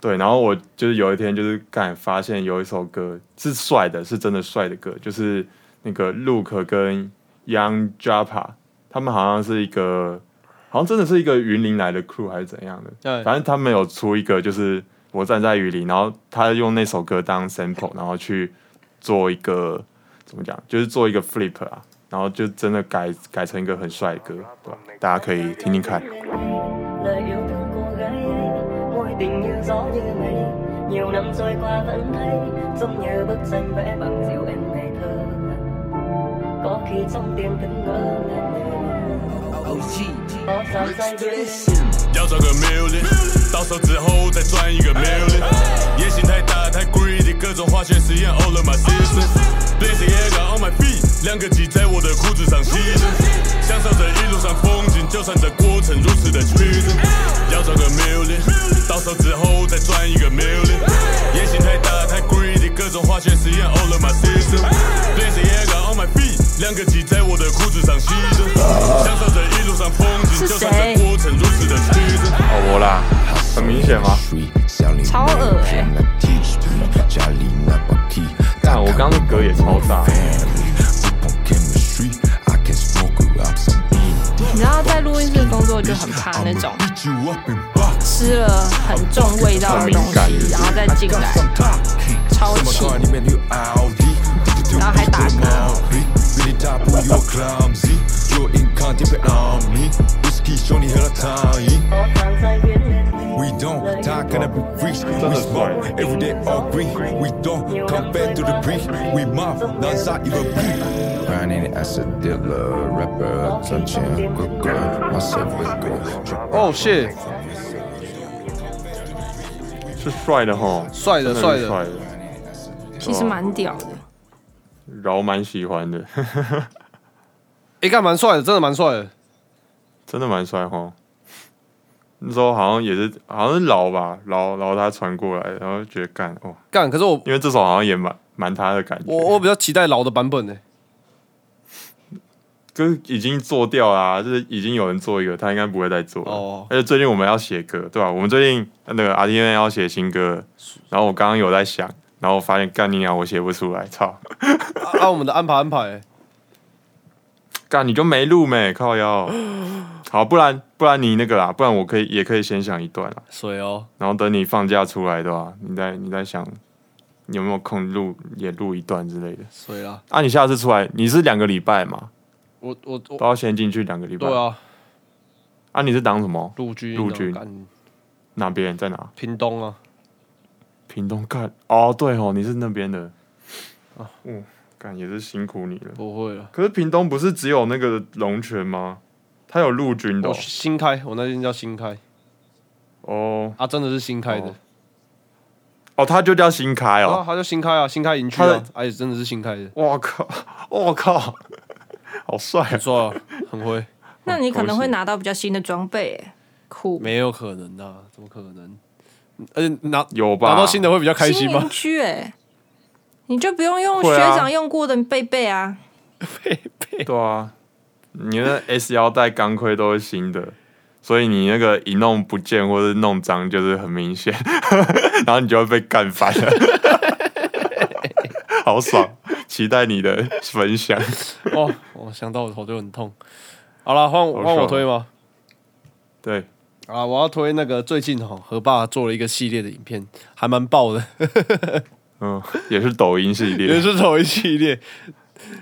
[SPEAKER 1] 对，然后我就是有一天就是敢发现有一首歌是帅的，是真的帅的歌，就是那个 Luke 跟 Young Japa，他们好像是一个，好像真的是一个云林来的 crew 还是怎样的，
[SPEAKER 2] 对
[SPEAKER 1] 反正他们有出一个就是我站在雨林，然后他用那首歌当 sample，然后去做一个怎么讲，就是做一个 flip 啊，然后就真的改改成一个很帅的歌，对吧？大家可以听听看。
[SPEAKER 4] lời yêu thương cô gái ấy mối tình như gió như mây nhiều năm trôi qua vẫn thấy giống như bức tranh vẽ bằng dịu em ngày thơ có khi trong tim thức ngỡ ngàng có sao say đắm
[SPEAKER 5] 要找个 million，到手之后再赚一个 million。野心太大太 greedy，各种化学实验 all of my seasons。Blazing air on my feet，两个挤在我的裤子上牺牲。享受着一路上风景，就算这过程如此的曲折。要找个 million，到手之后再赚一个 million。野心太大太 greedy，各种化学实验 all of my seasons。Blazing air on my feet，两个挤在我的裤子上牺牲。享受着一路上风景，就算这过程如此的曲折。
[SPEAKER 1] 哦，我啦，很明显吗？
[SPEAKER 3] 超恶欸
[SPEAKER 1] 但啊我刚刚那歌也超大。
[SPEAKER 3] 你知道在录音室工作就很怕那种吃了很重味道的东西，然后再进来，超气，然后还打嗝。
[SPEAKER 4] có sao say biết lên
[SPEAKER 6] We don't talk and be freaks. We smoke every day all green. We don't compare to the breach. We mob, not not even breathe. Grinding as a dealer, rapper, touching, good girl, myself with good.
[SPEAKER 2] 哦，谢，
[SPEAKER 1] 是帅的吼，
[SPEAKER 2] 帅的
[SPEAKER 1] 真
[SPEAKER 2] 帅
[SPEAKER 1] 是
[SPEAKER 2] 的
[SPEAKER 1] 帅的，
[SPEAKER 3] 其实蛮屌的。
[SPEAKER 1] 然后蛮喜欢的，
[SPEAKER 2] 哎，干蛮帅的，真的蛮帅的。
[SPEAKER 1] 真的蛮帅吼。那时候好像也是，好像是老吧，老老他传过来，然后觉得干哦，
[SPEAKER 2] 干，可是我
[SPEAKER 1] 因为这首好像也蛮蛮他的感觉，
[SPEAKER 2] 我我比较期待老的版本呢。
[SPEAKER 1] 就是已经做掉啦、就是已经有人做一个，他应该不会再做了。
[SPEAKER 2] 哦
[SPEAKER 1] 而且最近我们要写歌，对吧、我们最近那个 R T N 要写新歌，然后我刚刚有在想，然后我发现干你娘，我写不出来，操，
[SPEAKER 2] 啊按我们的安排安排欸，
[SPEAKER 1] 干你就没录没靠腰。 好，不然不然你那个啦，不然我可以也可以先想一段啦，
[SPEAKER 2] 水哦。
[SPEAKER 1] 然后等你放假出来的话，你再你再想有没有空录也录一段之类的。
[SPEAKER 2] 水啦，
[SPEAKER 1] 啊，你下次出来你是两个礼拜嘛，
[SPEAKER 2] 我我
[SPEAKER 1] 都
[SPEAKER 2] 我，
[SPEAKER 1] 要先进去两个礼拜。
[SPEAKER 2] 对，啊，
[SPEAKER 1] 啊你是当什么？
[SPEAKER 2] 陆军啊
[SPEAKER 1] 陆军
[SPEAKER 2] 干
[SPEAKER 1] 哪边在哪？
[SPEAKER 2] 屏东啊，
[SPEAKER 1] 屏东干哦，对哦，你是那边的
[SPEAKER 2] 哦
[SPEAKER 1] 啊，嗯，干也是辛苦你了。
[SPEAKER 2] 不会了，
[SPEAKER 1] 可是屏东不是只有那个龙泉吗？它有陆军的
[SPEAKER 2] 我
[SPEAKER 1] 哦
[SPEAKER 2] 新开，我那天叫新开
[SPEAKER 1] 哦，
[SPEAKER 2] 啊，真的是新开的
[SPEAKER 1] 哦，哦它就叫新开
[SPEAKER 2] 啊，
[SPEAKER 1] 哦。
[SPEAKER 2] 他叫新开啊，新开营区
[SPEAKER 1] 他
[SPEAKER 2] 啊
[SPEAKER 1] 的，
[SPEAKER 2] 哎，真的是新开的，
[SPEAKER 1] 我靠， 我靠，好帅啊
[SPEAKER 2] 不！错啊，很会，
[SPEAKER 3] 那你可能
[SPEAKER 1] 恭
[SPEAKER 3] 会
[SPEAKER 1] 喜
[SPEAKER 3] 拿到比较新的装备、欸，酷。
[SPEAKER 2] 没有可能啊，怎么可能？而且拿
[SPEAKER 1] 有吧？
[SPEAKER 2] 拿到新的会比较开心
[SPEAKER 3] 新
[SPEAKER 2] 吗
[SPEAKER 3] 营？区哎、你就不用用
[SPEAKER 1] 会
[SPEAKER 3] 学
[SPEAKER 1] 啊
[SPEAKER 3] 长用过的贝贝啊，
[SPEAKER 1] 对啊，你那 S 腰带、钢盔都是新的，所以你那个一弄不见或是弄脏，就是很明显， 然后你就会被干翻了， 好爽！期待你的分享。
[SPEAKER 2] 哦，我想到我头就很痛。好了，换
[SPEAKER 1] 爽
[SPEAKER 2] 换我推吗？
[SPEAKER 1] 对，
[SPEAKER 2] 啊，我要推那个最近哈、何爸做了一个系列的影片，还蛮爆的，
[SPEAKER 1] 嗯，也是抖音系
[SPEAKER 2] 也
[SPEAKER 1] 列，
[SPEAKER 2] 是同一系列。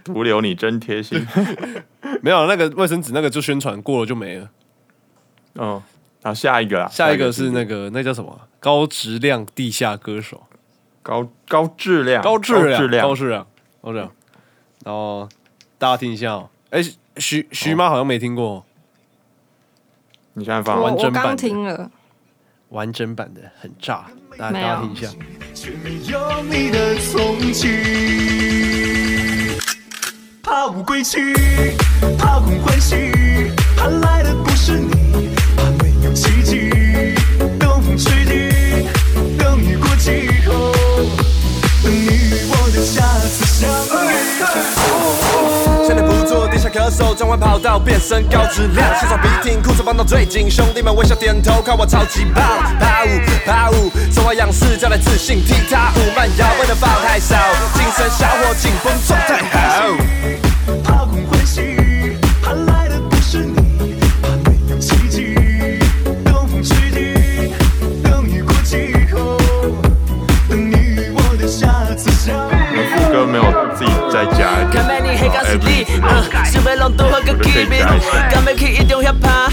[SPEAKER 1] 毒瘤你真贴心。
[SPEAKER 2] 没有那个卫生纸，那个就宣传过了就没了。
[SPEAKER 1] 嗯，然后下一个啦，
[SPEAKER 2] 下一个是
[SPEAKER 1] 那
[SPEAKER 2] 那个那叫什么啊高质量地下歌手，
[SPEAKER 1] 高高质量，
[SPEAKER 2] 哦高质量，
[SPEAKER 1] 质量
[SPEAKER 2] 高，质量，高质量。然后大家听一下哦，哎、徐徐妈好像没听过、哦、
[SPEAKER 1] 你现在
[SPEAKER 3] 我
[SPEAKER 1] 放
[SPEAKER 2] 完
[SPEAKER 1] 吗
[SPEAKER 2] 整
[SPEAKER 3] 我
[SPEAKER 2] 版的
[SPEAKER 3] 刚听了，
[SPEAKER 2] 完整版的，很炸，大家
[SPEAKER 3] 没有
[SPEAKER 2] 大家听一下。
[SPEAKER 5] 却没有你的从前。
[SPEAKER 7] 怕无归期，怕空欢喜，怕来的不是你，怕没有奇迹。东风吹尽，等雨过季后，等你与我的下次相遇。
[SPEAKER 8] 现在不做地下咳嗽，转换跑道变身高质量，现场笔挺，裤子绑到最紧，兄弟们微笑点头，看我超级棒，爬舞爬舞，生活样式交来自信，踢踏舞慢摇，不能放太少，精神小伙紧绷状态好。
[SPEAKER 7] 怕空欢喜，怕来的不是你，怕没有奇迹。东风吹尽，等雨过季后，等你与我的下次相遇。
[SPEAKER 1] 副歌没有自己再加一点，
[SPEAKER 9] Cảm ơn anh hãy
[SPEAKER 1] 然
[SPEAKER 9] cả
[SPEAKER 1] 后
[SPEAKER 9] sự đi
[SPEAKER 1] everything 之类的
[SPEAKER 9] Sự với lòng tôi hơn cực kỳ bình Cảm ơn khi ý tưởng hiệp hạ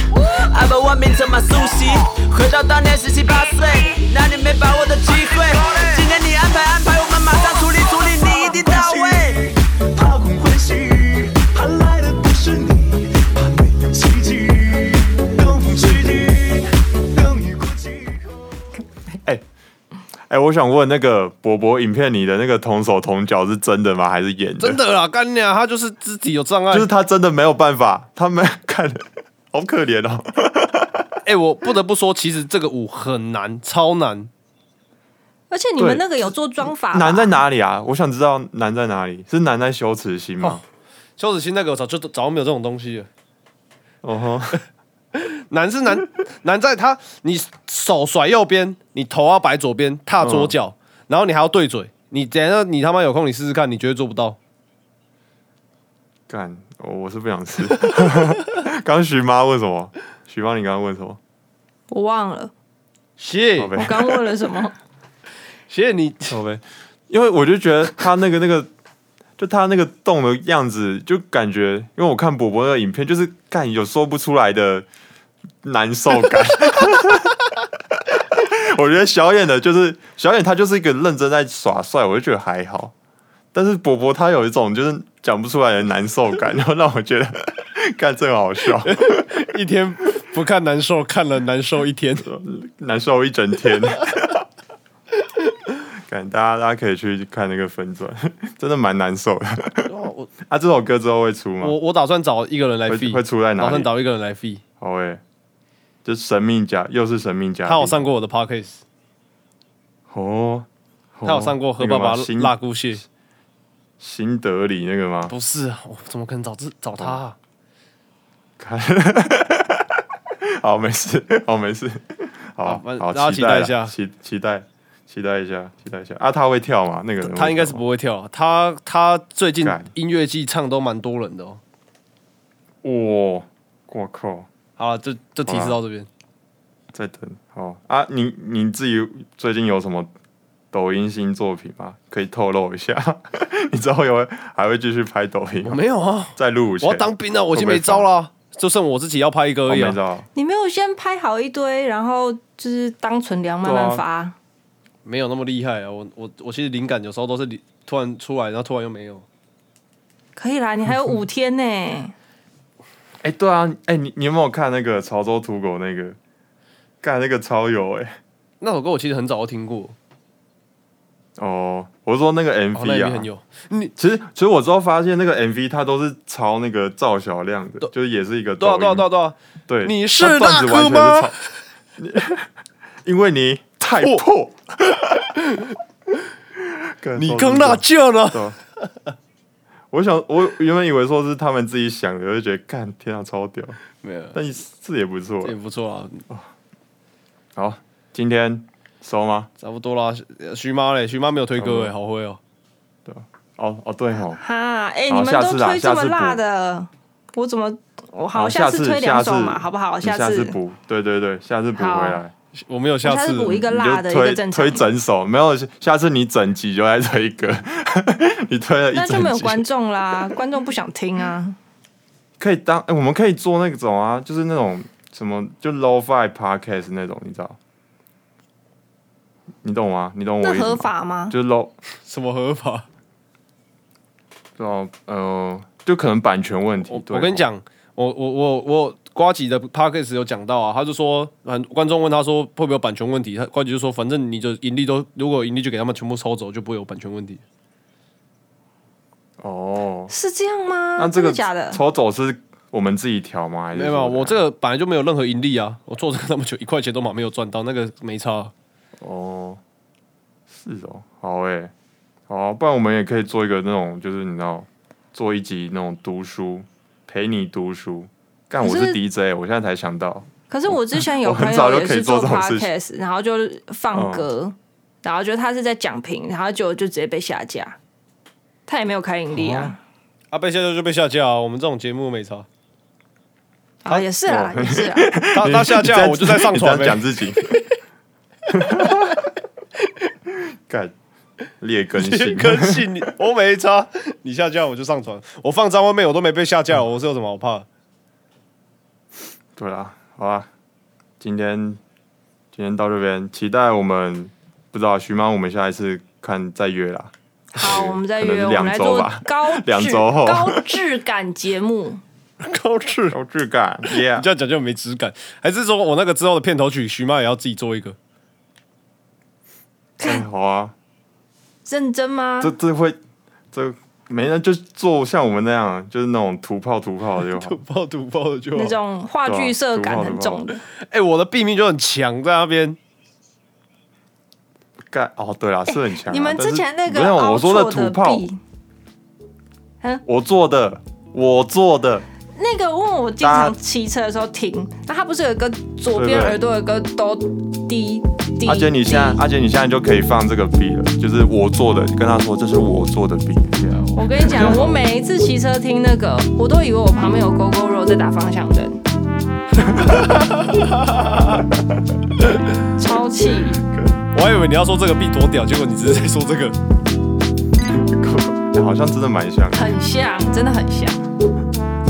[SPEAKER 9] Ai bảo hoa mình thơm mà sushi Khởi đầu tao nên 18岁那你没把握的机会今天你安排安排我们马上处理处理你一定到位
[SPEAKER 7] 怕空欢喜，怕来的不是你，怕没有奇迹。东风吹尽，等雨过季后。
[SPEAKER 1] 哎、哎、我想问那个博博影片里的那个同手同脚是真的吗？还是演的？
[SPEAKER 2] 真，的啦，干娘他就是肢体有障碍，
[SPEAKER 1] 就是他真的没有办法，他没有看， 好可怜哦。
[SPEAKER 2] 哎、我不得不说，其实这个舞很难，超难。
[SPEAKER 3] 而且你们
[SPEAKER 1] 对
[SPEAKER 3] 那个有做妆法吧，
[SPEAKER 1] 难在哪里啊？我想知道难在哪里，是难在羞耻心吗？
[SPEAKER 2] 邱子欣那个我早就早就没有这种东西了。
[SPEAKER 1] 哦吼，
[SPEAKER 2] 难是 难，难在他你手甩右边，你头要摆左边，踏左脚，
[SPEAKER 1] 嗯
[SPEAKER 2] 然后你还要对嘴。你等一下你他妈有空你试试看，你绝对做不到。
[SPEAKER 1] 干，我我是不想吃。 刚刚徐妈问什么？徐妈，你刚刚问什么？
[SPEAKER 3] 我忘了，
[SPEAKER 2] 谢
[SPEAKER 1] 宝贝
[SPEAKER 3] 我刚问了什么？
[SPEAKER 2] 谢你，
[SPEAKER 1] 宝贝，因为我就觉得他那个那个，就他那个动的样子，就感觉，因为我看伯伯的影片，就是干有说不出来的难受感。 我觉得小眼的就是小眼，他就是一个认真在耍帅，我就觉得还好。但是伯伯他有一种就是讲不出来的难受感，然后让我觉得 干真好笑，
[SPEAKER 2] 一天不看难受，看了难受 一天。
[SPEAKER 1] 难受一整天。 感大家大家可以去看那个分转，真的蛮难受的。
[SPEAKER 2] 我
[SPEAKER 1] 啊，这首歌之后会出吗？
[SPEAKER 2] 我我打算找一个人来
[SPEAKER 1] 会
[SPEAKER 2] f
[SPEAKER 1] 会出在哪里
[SPEAKER 2] 打算找一个人来 f
[SPEAKER 1] 好诶、就神秘家，又是神秘家。
[SPEAKER 2] 他有上过我的 podcast，
[SPEAKER 1] 哦，哦
[SPEAKER 2] 他有上过河爸爸
[SPEAKER 1] 那个吗新
[SPEAKER 2] 辣姑蟹。
[SPEAKER 1] 新德里那个吗？
[SPEAKER 2] 不是啊，我怎么可能找这找他、
[SPEAKER 1] 哦
[SPEAKER 2] 啊？
[SPEAKER 1] 看， 好没事，好没事，好
[SPEAKER 2] 反
[SPEAKER 1] 好
[SPEAKER 2] 大家
[SPEAKER 1] 期待
[SPEAKER 2] 期待
[SPEAKER 1] 啦
[SPEAKER 2] 一下
[SPEAKER 1] 期期待期待一下，期待一下。啊，他会跳吗？那个人会
[SPEAKER 2] 他应该是
[SPEAKER 1] 跳吗
[SPEAKER 2] 不会跳啊，他他最近
[SPEAKER 1] 干
[SPEAKER 2] 音乐季唱都蛮多人的哦。
[SPEAKER 1] 哦哇，我靠，
[SPEAKER 2] 好了，就就提示到这边。
[SPEAKER 1] 在等好啊。你你自己最近有什么抖音新作品吗？可以透露一下。 你之后有还会继续拍抖音
[SPEAKER 2] 我
[SPEAKER 1] 吗？
[SPEAKER 2] 没有啊，
[SPEAKER 1] 在录前
[SPEAKER 2] 我要当兵啊，我已经
[SPEAKER 1] 会不会
[SPEAKER 2] 没招了啊，就剩我自己要拍一个
[SPEAKER 1] 我
[SPEAKER 2] 而已
[SPEAKER 1] 哦没
[SPEAKER 2] 啊
[SPEAKER 1] 知。道，
[SPEAKER 3] 你没有先拍好一堆，然后就是当存粮慢慢发。
[SPEAKER 1] 啊
[SPEAKER 2] 没有那么厉害啊，我我我其实灵感有时候都是里突然出来，然后突然又没有。
[SPEAKER 3] 可以啦，你还有五天呢、
[SPEAKER 1] 哎、对啊，哎、你你有没有看那个潮州土狗那个？干那个超有哎、
[SPEAKER 2] 那首歌我其实很早就听过，
[SPEAKER 1] 哦，我是说那个
[SPEAKER 2] 哦，那
[SPEAKER 1] MV
[SPEAKER 2] 也
[SPEAKER 1] 啊，
[SPEAKER 2] 很有。你
[SPEAKER 1] 其实其实我之后发现那个 MV 它都是抄那个赵小亮的，就是也是一个
[SPEAKER 2] 多少
[SPEAKER 1] 抖
[SPEAKER 2] 多少
[SPEAKER 1] 音
[SPEAKER 2] 多少多少？
[SPEAKER 1] 对，
[SPEAKER 2] 啊你
[SPEAKER 1] 那
[SPEAKER 2] 是
[SPEAKER 1] 段子完
[SPEAKER 2] 那颗
[SPEAKER 1] 全是
[SPEAKER 2] 吗
[SPEAKER 1] 抄？你 因为你太 破，干
[SPEAKER 2] 你
[SPEAKER 1] 超
[SPEAKER 2] 刚
[SPEAKER 1] 智
[SPEAKER 2] 那
[SPEAKER 1] 障
[SPEAKER 2] 叫了，
[SPEAKER 1] 对啊我想，我原本以为说是他们自己想的，我就觉得干天啊超屌，
[SPEAKER 2] 没有，
[SPEAKER 1] 但是也不错啊
[SPEAKER 2] 这。也不错啊，
[SPEAKER 1] 好，今天收吗？
[SPEAKER 2] 差不多啦。徐妈嘞，徐妈没有推歌哎，好会哦。
[SPEAKER 1] 哦哦，对吼，
[SPEAKER 3] 哈，哎、
[SPEAKER 1] 好
[SPEAKER 3] 你们都
[SPEAKER 1] 下次啦
[SPEAKER 3] 推这
[SPEAKER 1] 下
[SPEAKER 3] 么
[SPEAKER 1] 次补
[SPEAKER 3] 辣的，我怎么我好
[SPEAKER 1] 好，
[SPEAKER 3] 下
[SPEAKER 1] 次
[SPEAKER 3] 推
[SPEAKER 1] 下
[SPEAKER 3] 两首
[SPEAKER 1] 次
[SPEAKER 3] 嘛，好不好？
[SPEAKER 1] 你
[SPEAKER 3] 下
[SPEAKER 1] 下
[SPEAKER 3] 次
[SPEAKER 1] 补，对对对，下次补回
[SPEAKER 3] 好
[SPEAKER 1] 来，
[SPEAKER 2] 我没有
[SPEAKER 3] 我
[SPEAKER 2] 下
[SPEAKER 3] 下
[SPEAKER 2] 次
[SPEAKER 3] 次
[SPEAKER 2] 了，
[SPEAKER 3] 补一个
[SPEAKER 1] 你
[SPEAKER 3] 辣
[SPEAKER 1] 就
[SPEAKER 3] 的，一个
[SPEAKER 1] 推
[SPEAKER 3] 正常
[SPEAKER 1] 推，整首，没有，下次你整集就来推一个， 你推了一
[SPEAKER 3] 那
[SPEAKER 1] 整集，
[SPEAKER 3] 就没有观众啦，观众不想听 啊。
[SPEAKER 1] 可以当、哎我们可以做那种啊，就是那种什么就 low five podcast 那种，你知道？你懂吗？你懂我
[SPEAKER 3] 那
[SPEAKER 1] 意思吗
[SPEAKER 3] 合？法吗？
[SPEAKER 1] 就是 low，
[SPEAKER 2] 什么合法？
[SPEAKER 1] 知道呃，就可能版权问题。
[SPEAKER 2] 我
[SPEAKER 1] 对
[SPEAKER 2] 我跟你
[SPEAKER 1] 吼，
[SPEAKER 2] 讲，我我我我瓜吉的 p o d c a s 有讲到啊，他就说，很观众问他说会不会有版权问题，他瓜吉就说，反正你就盈利都如果有盈利就给他们全部抽走，就不会有版权问题。
[SPEAKER 1] 哦，
[SPEAKER 3] 是这样吗？
[SPEAKER 1] 那这
[SPEAKER 3] 啊真
[SPEAKER 1] 个
[SPEAKER 3] 的假的？
[SPEAKER 1] 抽走是我们自己调吗？还是
[SPEAKER 2] 没有，
[SPEAKER 1] 说
[SPEAKER 2] 我这个本来就没有任何盈利啊，我做这那么久，一块钱都没有赚到，那个没差啊。
[SPEAKER 1] 哦，是哦，好诶、好啊、不然我们也可以做一个那种，就是你知道，做一集那种读书，陪你读书。干，
[SPEAKER 3] 可
[SPEAKER 1] 我
[SPEAKER 3] 是
[SPEAKER 1] 是 DJ，我现在才想到，
[SPEAKER 3] 可是我之前 有
[SPEAKER 1] 我很
[SPEAKER 3] 朋
[SPEAKER 1] 早
[SPEAKER 3] 友
[SPEAKER 1] 就
[SPEAKER 3] 也
[SPEAKER 1] 可以
[SPEAKER 3] 是
[SPEAKER 1] 做这种事情哦
[SPEAKER 3] podcast，然后就放歌，然后就他是在讲评，然后就就直接被下架，他也没有开盈利
[SPEAKER 1] 哦
[SPEAKER 3] 啊。
[SPEAKER 2] 啊，被下架就被下架啊，我们这种节目没差。
[SPEAKER 3] 啊，也是啦，也是啦。
[SPEAKER 2] 他他下
[SPEAKER 1] 你
[SPEAKER 2] 架，
[SPEAKER 1] 在
[SPEAKER 2] 我就在上传
[SPEAKER 1] 你在
[SPEAKER 2] 呗
[SPEAKER 1] 讲。自己， 干劣根性，
[SPEAKER 2] 更新你，我没差。你下架我就上传，我放张惠妹我都没被下架，我是有什么好怕的？
[SPEAKER 1] 对啦，好啊，今天今天到这边，期待我们不知道徐妈，我们下一次看再约啦。
[SPEAKER 3] 好，我们再
[SPEAKER 1] 可能
[SPEAKER 3] 约，我们来
[SPEAKER 1] 两周
[SPEAKER 3] 做
[SPEAKER 1] 吧
[SPEAKER 3] 高质
[SPEAKER 1] 两周后
[SPEAKER 3] 高质感节目。
[SPEAKER 2] 高质，
[SPEAKER 1] 有质感
[SPEAKER 2] 你
[SPEAKER 1] ，Yeah，
[SPEAKER 2] 这样讲就没质感。还是说我那个之后的片头曲，徐妈也要自己做一个？
[SPEAKER 1] 嗯好啊。
[SPEAKER 3] 认真吗？
[SPEAKER 1] 这这会这没人就做像我们那样，就是那种土炮土炮的就好
[SPEAKER 2] 土。爆土爆的就好
[SPEAKER 3] 那。种话
[SPEAKER 1] 对啊
[SPEAKER 3] 剧色
[SPEAKER 1] 毒
[SPEAKER 3] 感
[SPEAKER 1] 炮
[SPEAKER 3] 很
[SPEAKER 1] 毒炮
[SPEAKER 3] 重的，
[SPEAKER 2] 哎、我的毙命就很强，在那边。
[SPEAKER 1] 干哦，对啦，是很强啊、
[SPEAKER 3] 你们
[SPEAKER 1] 但是
[SPEAKER 3] 之前那个
[SPEAKER 1] 没有我
[SPEAKER 3] 凹
[SPEAKER 1] 说
[SPEAKER 3] 错
[SPEAKER 1] 土
[SPEAKER 3] 的
[SPEAKER 1] 炮，
[SPEAKER 3] 币，
[SPEAKER 1] 我做的，我做的，
[SPEAKER 3] 那个问我经常骑车的时候停，那它不是有一个左
[SPEAKER 1] 对
[SPEAKER 3] 边
[SPEAKER 1] 对
[SPEAKER 3] 耳朵有一个哆滴滴？
[SPEAKER 1] 阿杰你现在
[SPEAKER 3] 滴
[SPEAKER 1] 阿杰你现在就可以放这个 B 了，就是我做的，你跟他说这是我做的 B。
[SPEAKER 3] 我跟你讲，我每一次骑车听那个，我都以为我旁边有 GoGo r o 在打方向灯， 超气！
[SPEAKER 2] 我还以为你要说这个币多屌，结果你只是在说这个。
[SPEAKER 1] 好像真的蛮像的，
[SPEAKER 3] 很像，真的很像。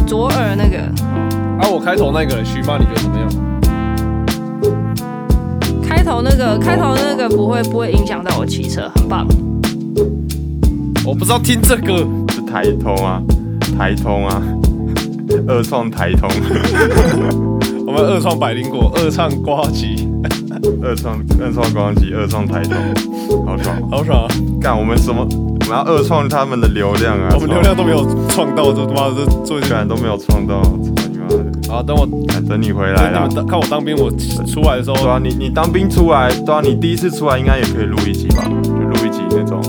[SPEAKER 3] 左耳那个，
[SPEAKER 2] 啊，我开头那个徐妈，你觉得怎么样？
[SPEAKER 3] 开头那个，开头那个不会不会影响到我骑车，很棒。
[SPEAKER 2] 我不知道听这个，
[SPEAKER 1] 是台通啊，台通啊， 二创台通，
[SPEAKER 2] 我们二创百灵果，二唱瓜吉，
[SPEAKER 1] 二创二创光机，二创台通，好爽哦！
[SPEAKER 2] 好爽、啊！
[SPEAKER 1] 干，我们什么？我们要二创他们的流量啊！
[SPEAKER 2] 我们流量都没有创到，这他妈的这做一
[SPEAKER 1] 居
[SPEAKER 2] 下。
[SPEAKER 1] 然都没有创到，操你妈的！
[SPEAKER 2] 啊，等我
[SPEAKER 1] 等你回来
[SPEAKER 2] 等你
[SPEAKER 1] 啦
[SPEAKER 2] 们。当看我当兵，我出来的时
[SPEAKER 1] 对
[SPEAKER 2] 候，
[SPEAKER 1] 啊，你你当兵出来，对啊，你第一次出来应该也可以录一集吧？就录一集那种，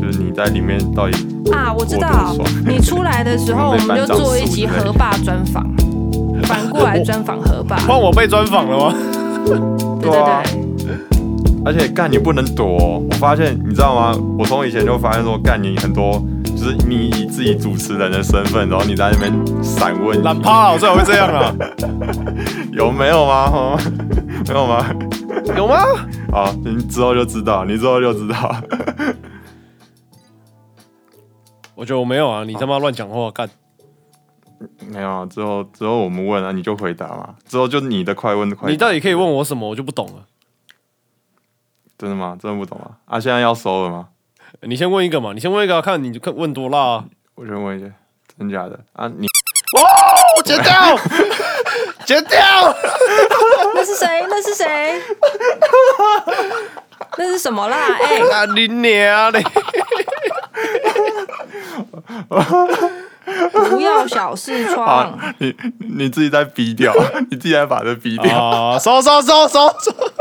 [SPEAKER 1] 就是你在里面到底
[SPEAKER 3] 啊，我知
[SPEAKER 1] 过
[SPEAKER 3] 道
[SPEAKER 1] 多爽，
[SPEAKER 3] 你出来的时候， 我
[SPEAKER 1] 被
[SPEAKER 3] 们就
[SPEAKER 1] 班长
[SPEAKER 3] 做
[SPEAKER 1] 数
[SPEAKER 3] 一集
[SPEAKER 1] 之类的
[SPEAKER 3] 河坝专访，反过来专访河 坝，
[SPEAKER 2] 换我被专访了吗？
[SPEAKER 3] 对
[SPEAKER 1] 对啊
[SPEAKER 3] 对
[SPEAKER 1] 而且干你不能躲哦、我发现你知道吗？我从以前就发现说干你很多，就是你以自己主持人的身份，然后你在那边闪问
[SPEAKER 2] 懒趴啊，我最好会这样啊，
[SPEAKER 1] 有没有吗？ 哦，没有吗？
[SPEAKER 2] 有吗？
[SPEAKER 1] 好，你之后就知道，你之后就知道。
[SPEAKER 2] 我觉得我没有啊，你他妈乱讲话干！
[SPEAKER 1] 没有啊，之后之后我们问啊，你就回答嘛。之后就你的快问快答。
[SPEAKER 2] 你到底可以问我什么，我就不懂了。
[SPEAKER 1] 真的吗？真的不懂啊！啊，现在要收了吗？
[SPEAKER 2] 你先问一个嘛，你先问一个啊、看你看问多辣、啊。
[SPEAKER 1] 我先问一下，真假的啊？你
[SPEAKER 2] 哦，剪 掉，剪掉。
[SPEAKER 3] 那是谁？那是 谁？那是什么啦？哎、
[SPEAKER 2] 啊你娘嘞！
[SPEAKER 3] 不要小视 窗。
[SPEAKER 2] 哦
[SPEAKER 1] 啊，你你自己在逼掉，你自己在把这逼掉。
[SPEAKER 2] 啊，收收收收收！